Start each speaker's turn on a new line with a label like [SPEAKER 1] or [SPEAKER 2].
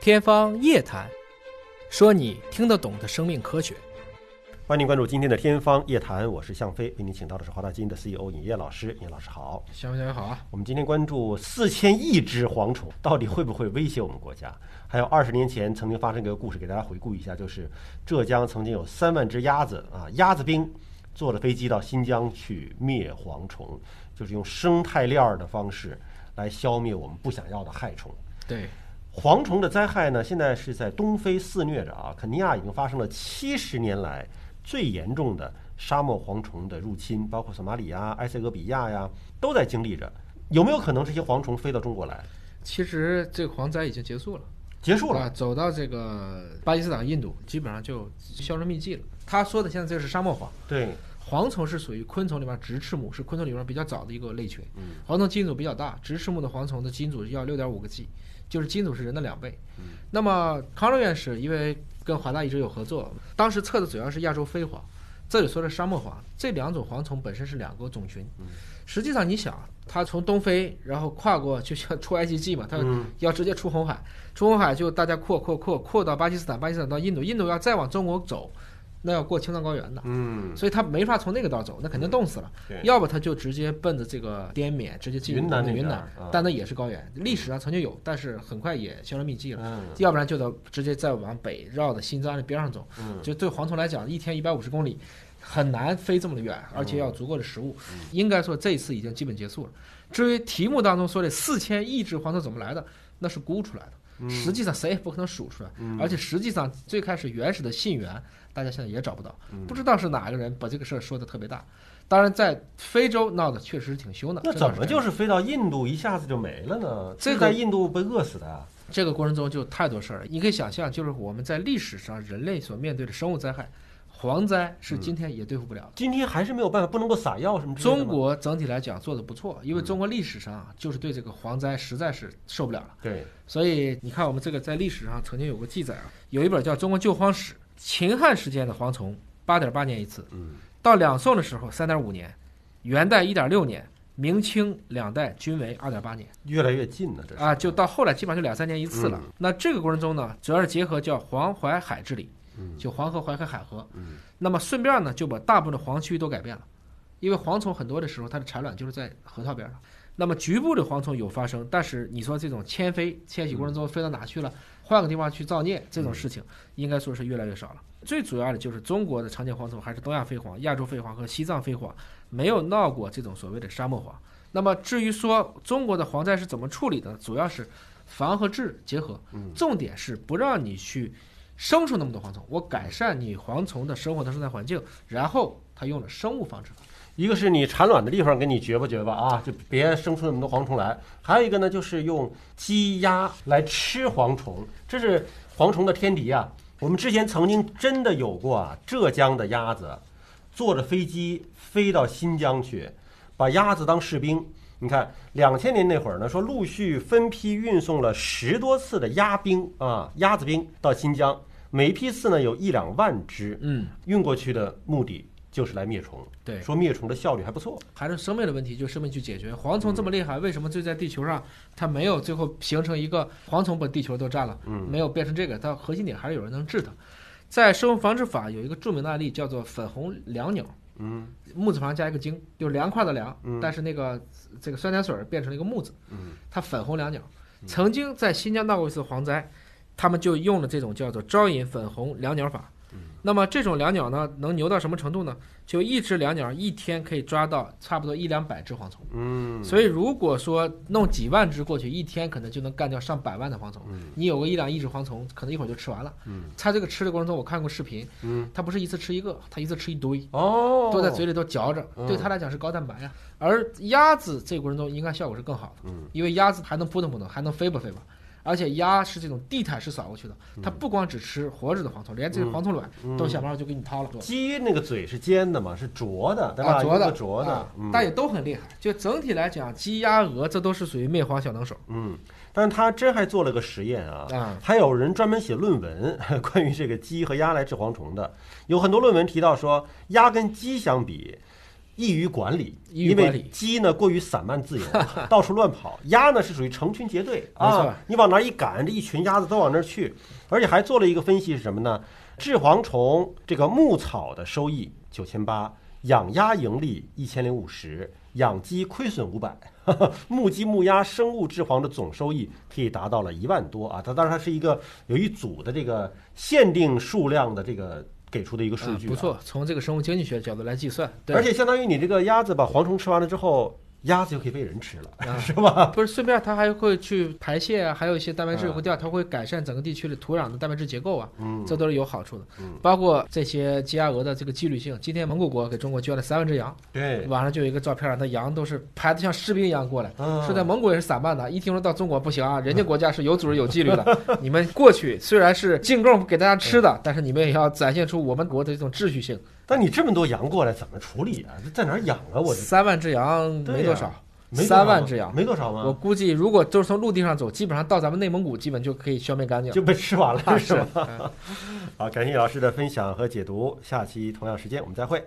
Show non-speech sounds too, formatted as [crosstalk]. [SPEAKER 1] 天方夜谭，说你听得懂的生命科学。
[SPEAKER 2] 欢迎关注今天的《天方夜谭》，我是向飞，为您请到的是华大基因的 CEO 尹烨老师。尹老师好，
[SPEAKER 1] 小小好啊，
[SPEAKER 2] 我们今天关注四千亿只蝗虫到底会不会威胁我们国家？还有二十年前曾经发生一个故事，给大家回顾一下，就是浙江曾经有三万只鸭子啊，鸭子兵坐着飞机到新疆去灭蝗虫，就是用生态链儿的方式来消灭我们不想要的害虫。
[SPEAKER 1] 对，
[SPEAKER 2] 蝗虫的灾害呢，现在是在东非肆虐着啊，肯尼亚已经发生了七十年来最严重的沙漠蝗虫的入侵，包括索马里呀、埃塞俄比亚呀，都在经历着。有没有可能这些蝗虫飞到中国来？
[SPEAKER 1] 其实这个蝗灾已经结束了，
[SPEAKER 2] 结束了，
[SPEAKER 1] 啊，走到这个巴基斯坦、印度，基本上就销声匿迹了。他说的现在这个是沙漠蝗，
[SPEAKER 2] 对，
[SPEAKER 1] 蝗虫是属于昆虫里面直翅目，是昆虫里面比较早的一个类群。
[SPEAKER 2] 嗯
[SPEAKER 1] 蝗虫基因组比较大，直翅目的蝗虫的基因组要六点五个 G，就是基因组是人的两倍。
[SPEAKER 2] 嗯
[SPEAKER 1] 那么康乐院士因为跟华大一直有合作，当时测的主要是亚洲飞蝗，这里说的沙漠蝗，这两种蝗虫本身是两个种群。
[SPEAKER 2] 嗯
[SPEAKER 1] 实际上你想，它从东非，然后跨过就像出埃及记嘛，它
[SPEAKER 2] 嗯
[SPEAKER 1] 要直接出红海，出红海就大家扩扩扩扩到巴基斯坦，巴基斯坦到印度，印度要再往中国走，那要过青藏高原的。
[SPEAKER 2] 嗯，
[SPEAKER 1] 所以他没法从那个道走，那肯定冻死了。
[SPEAKER 2] 对
[SPEAKER 1] 要不他就直接奔着这个滇缅，直接进入
[SPEAKER 2] 云南那边
[SPEAKER 1] 云南
[SPEAKER 2] 儿啊，
[SPEAKER 1] 但那也是高原，历史上曾经有，但是很快也销声匿迹了。
[SPEAKER 2] 嗯
[SPEAKER 1] 要不然就得直接再往北绕到新疆的边上走。
[SPEAKER 2] 嗯
[SPEAKER 1] 就对蝗虫来讲，一天一百五十公里。很难飞这么远，而且要
[SPEAKER 2] 嗯
[SPEAKER 1] 有足够的食物。应该说这一次已经基本结束了。至于题目当中说的四千亿只蝗虫怎么来的，那是估出来的。
[SPEAKER 2] 嗯
[SPEAKER 1] 实际上谁也不可能数出来，而且实际上最开始原始的信源，大家现在也找不到，
[SPEAKER 2] 嗯
[SPEAKER 1] 不知道是哪个人把这个事儿说的特别大。当然，在非洲闹的确实挺凶的。
[SPEAKER 2] 那
[SPEAKER 1] 这倒
[SPEAKER 2] 怎么
[SPEAKER 1] 真
[SPEAKER 2] 就是飞到印度一下子就没了呢？
[SPEAKER 1] 这
[SPEAKER 2] 是
[SPEAKER 1] 个
[SPEAKER 2] 在印度被饿死的啊？
[SPEAKER 1] 这个过程中就太多事儿了。你可以想象，就是我们在历史上人类所面对的生物灾害，蝗灾是今天也对付不了的。
[SPEAKER 2] 今天还是没有办法，不能够撒药什么之类的
[SPEAKER 1] 中
[SPEAKER 2] 吗
[SPEAKER 1] 国整体来讲做的不
[SPEAKER 2] 嗯
[SPEAKER 1] 错，因为中国历史上啊就是对这个蝗灾实在是受不了了。
[SPEAKER 2] 对，
[SPEAKER 1] 所以你看，我们这个在历史上曾经有过记载啊，有一本叫《中国救荒史》，秦汉时间的蝗虫八点八年一次，
[SPEAKER 2] 嗯，
[SPEAKER 1] 到两宋的时候三点五年，元代一点六年，明清两代均为二点八年。
[SPEAKER 2] 越来越近了，这是
[SPEAKER 1] 啊，就到后来基本上就两三年一次了。那这个过程中呢，主要是结合叫黄淮海治理，就黄河、淮海、海河。那么顺便呢，就把大部分的黄区都改变了，因为蝗虫很多的时候它的产卵就是在河套边儿的。那么局部的蝗虫有发生，但是你说这种迁飞、迁徙过程中飞到哪去了，换个地方去造孽这种事情，应该说是越来越少了。最主要的就是中国的常见蝗虫还是东亚飞蝗、亚洲飞蝗和西藏飞蝗，没有闹过这种所谓的沙漠蝗。那么至于说中国的蝗灾是怎么处理的，主要是防和治结合，重点是不让你去生出那么多蝗虫，我改善你蝗虫的生活的生态环境，然后他用了生物防治法。
[SPEAKER 2] 一个是你产卵的地方给你绝吧绝吧啊，就别生出那么多蝗虫来；还有一个呢，就是用鸡鸭来吃蝗虫，这是蝗虫的天敌啊。我们之前曾经真的有过啊，浙江的鸭子坐着飞机飞到新疆去，把鸭子当士兵。你看，两千年那会儿呢，说陆续分批运送了十多次的鸭兵啊，鸭子兵到新疆，每一批次呢有一两万只，
[SPEAKER 1] 嗯，
[SPEAKER 2] 运过去的目的就是来灭虫。
[SPEAKER 1] 对
[SPEAKER 2] 说灭虫的效率还不错。
[SPEAKER 1] 还是生命的问题，就生命去解决。蝗虫这么厉害，为什么就在地球上它没有最后形成一个蝗虫把地球都占了，
[SPEAKER 2] 嗯
[SPEAKER 1] 没有变成这个？它核心点还是有人能治它。在生物防治法有一个著名的案例，叫做粉红椋鸟，
[SPEAKER 2] 嗯，
[SPEAKER 1] 木字旁加一个茎，就是凉快的凉，但是那个这个酸碱水儿变成了一个木字，
[SPEAKER 2] 嗯，
[SPEAKER 1] 它粉红椋鸟曾经在新疆闹过一次蝗灾，他们就用了这种叫做招引粉红椋鸟法。那么这种椋鸟呢，能牛到什么程度呢？就一只椋鸟一天可以抓到差不多一两百只蝗虫，
[SPEAKER 2] 嗯，
[SPEAKER 1] 所以如果说弄几万只过去，一天可能就能干掉上百万的蝗虫。
[SPEAKER 2] 嗯
[SPEAKER 1] 你有个一两亿只蝗虫，可能一会儿就吃完了。它这个吃的过程中，我看过视频，它不是一次吃一个，它一次吃一堆，
[SPEAKER 2] 嗯哦，
[SPEAKER 1] 都在嘴里都嚼着，
[SPEAKER 2] 嗯
[SPEAKER 1] 对它来讲是高蛋白呀、啊而鸭子这个过程中应该效果是更好的，
[SPEAKER 2] 嗯
[SPEAKER 1] 因为鸭子还能扑腾扑腾，还能飞吧飞吧。而且鸭是这种地毯式扫过去的，
[SPEAKER 2] 嗯
[SPEAKER 1] 它不光只吃活着的蝗虫，连这个蝗虫卵都想办法就给你掏了。
[SPEAKER 2] 鸡那个嘴是尖的嘛，是啄的，对
[SPEAKER 1] 啊，
[SPEAKER 2] 吧？
[SPEAKER 1] 啄
[SPEAKER 2] 有
[SPEAKER 1] 的
[SPEAKER 2] 个啄
[SPEAKER 1] 啊
[SPEAKER 2] 的，嗯
[SPEAKER 1] 但也都很厉害。就整体来讲，鸡、鸭、鹅这都是属于灭蝗小能手
[SPEAKER 2] 嗯，但是他真还做了个实验啊。
[SPEAKER 1] 啊。
[SPEAKER 2] 还有人专门写论文 [laughs] 关于这个鸡和鸭来治蝗虫的，有很多论文提到说，鸭跟鸡相比，易于管理，
[SPEAKER 1] 易于管理
[SPEAKER 2] 因为鸡呢过于散漫自由，
[SPEAKER 1] [laughs]
[SPEAKER 2] 啊到处乱跑；鸭呢是属于成群结队
[SPEAKER 1] 没错
[SPEAKER 2] 啊，你往哪儿一赶，这一群鸭子都往那儿去。而且还做了一个分析是什么呢？制蝗虫这个牧草的收益九千八，养鸭盈利一千零五十，养鸡亏损五百。 [laughs] 牧鸡、牧鸭、生物制蝗的总收益可以达到了一万多啊！它当然它是一个有一组的这个限定数量的这个给出的一个数
[SPEAKER 1] 啊
[SPEAKER 2] 据、
[SPEAKER 1] 不。错，从这个生物经济学角度来计
[SPEAKER 2] [laughs]
[SPEAKER 1] 算，对啊
[SPEAKER 2] 而且相当于你这个鸭子把蝗虫吃完了之后，鸭子就可以喂人吃了，
[SPEAKER 1] 啊
[SPEAKER 2] 是吧？
[SPEAKER 1] 不是，顺便它还会去排泄啊，还有一些蛋白质
[SPEAKER 2] 啊
[SPEAKER 1] 会掉，它会改善整个地区的土壤的蛋白质结构啊，
[SPEAKER 2] 嗯，
[SPEAKER 1] 这都是有好处的
[SPEAKER 2] 嗯。
[SPEAKER 1] 包括这些鸡鸭鹅的这个纪律性，今天蒙古国给中国捐了三万只羊，
[SPEAKER 2] 对，
[SPEAKER 1] 网上就有一个照片，那羊都是排的像士兵一样过来。
[SPEAKER 2] 嗯
[SPEAKER 1] 说在蒙古也是散漫的，一听说到中国不行啊，人家国家是有组织有纪律
[SPEAKER 2] [laughs]
[SPEAKER 1] 的。你们过去虽然是进贡给大家吃
[SPEAKER 2] 嗯
[SPEAKER 1] 的，但是你们也要展现出我们国的这种秩序性。
[SPEAKER 2] 但你这么多羊过来怎么处理啊？这在哪儿养啊？我这
[SPEAKER 1] 三万只羊
[SPEAKER 2] 对呀
[SPEAKER 1] 没多少，
[SPEAKER 2] 没多少啊嗯
[SPEAKER 1] 三万只羊
[SPEAKER 2] 没多少
[SPEAKER 1] 我
[SPEAKER 2] 吗？
[SPEAKER 1] 估计如果都是从陆地上走，基本上到咱们内蒙古，基本就可以消灭干净了。
[SPEAKER 2] 就被吃完了，
[SPEAKER 1] 啊
[SPEAKER 2] 是吧？
[SPEAKER 1] 嗯
[SPEAKER 2] 好，感谢老师的分享和解读，下期同样时间我们再会。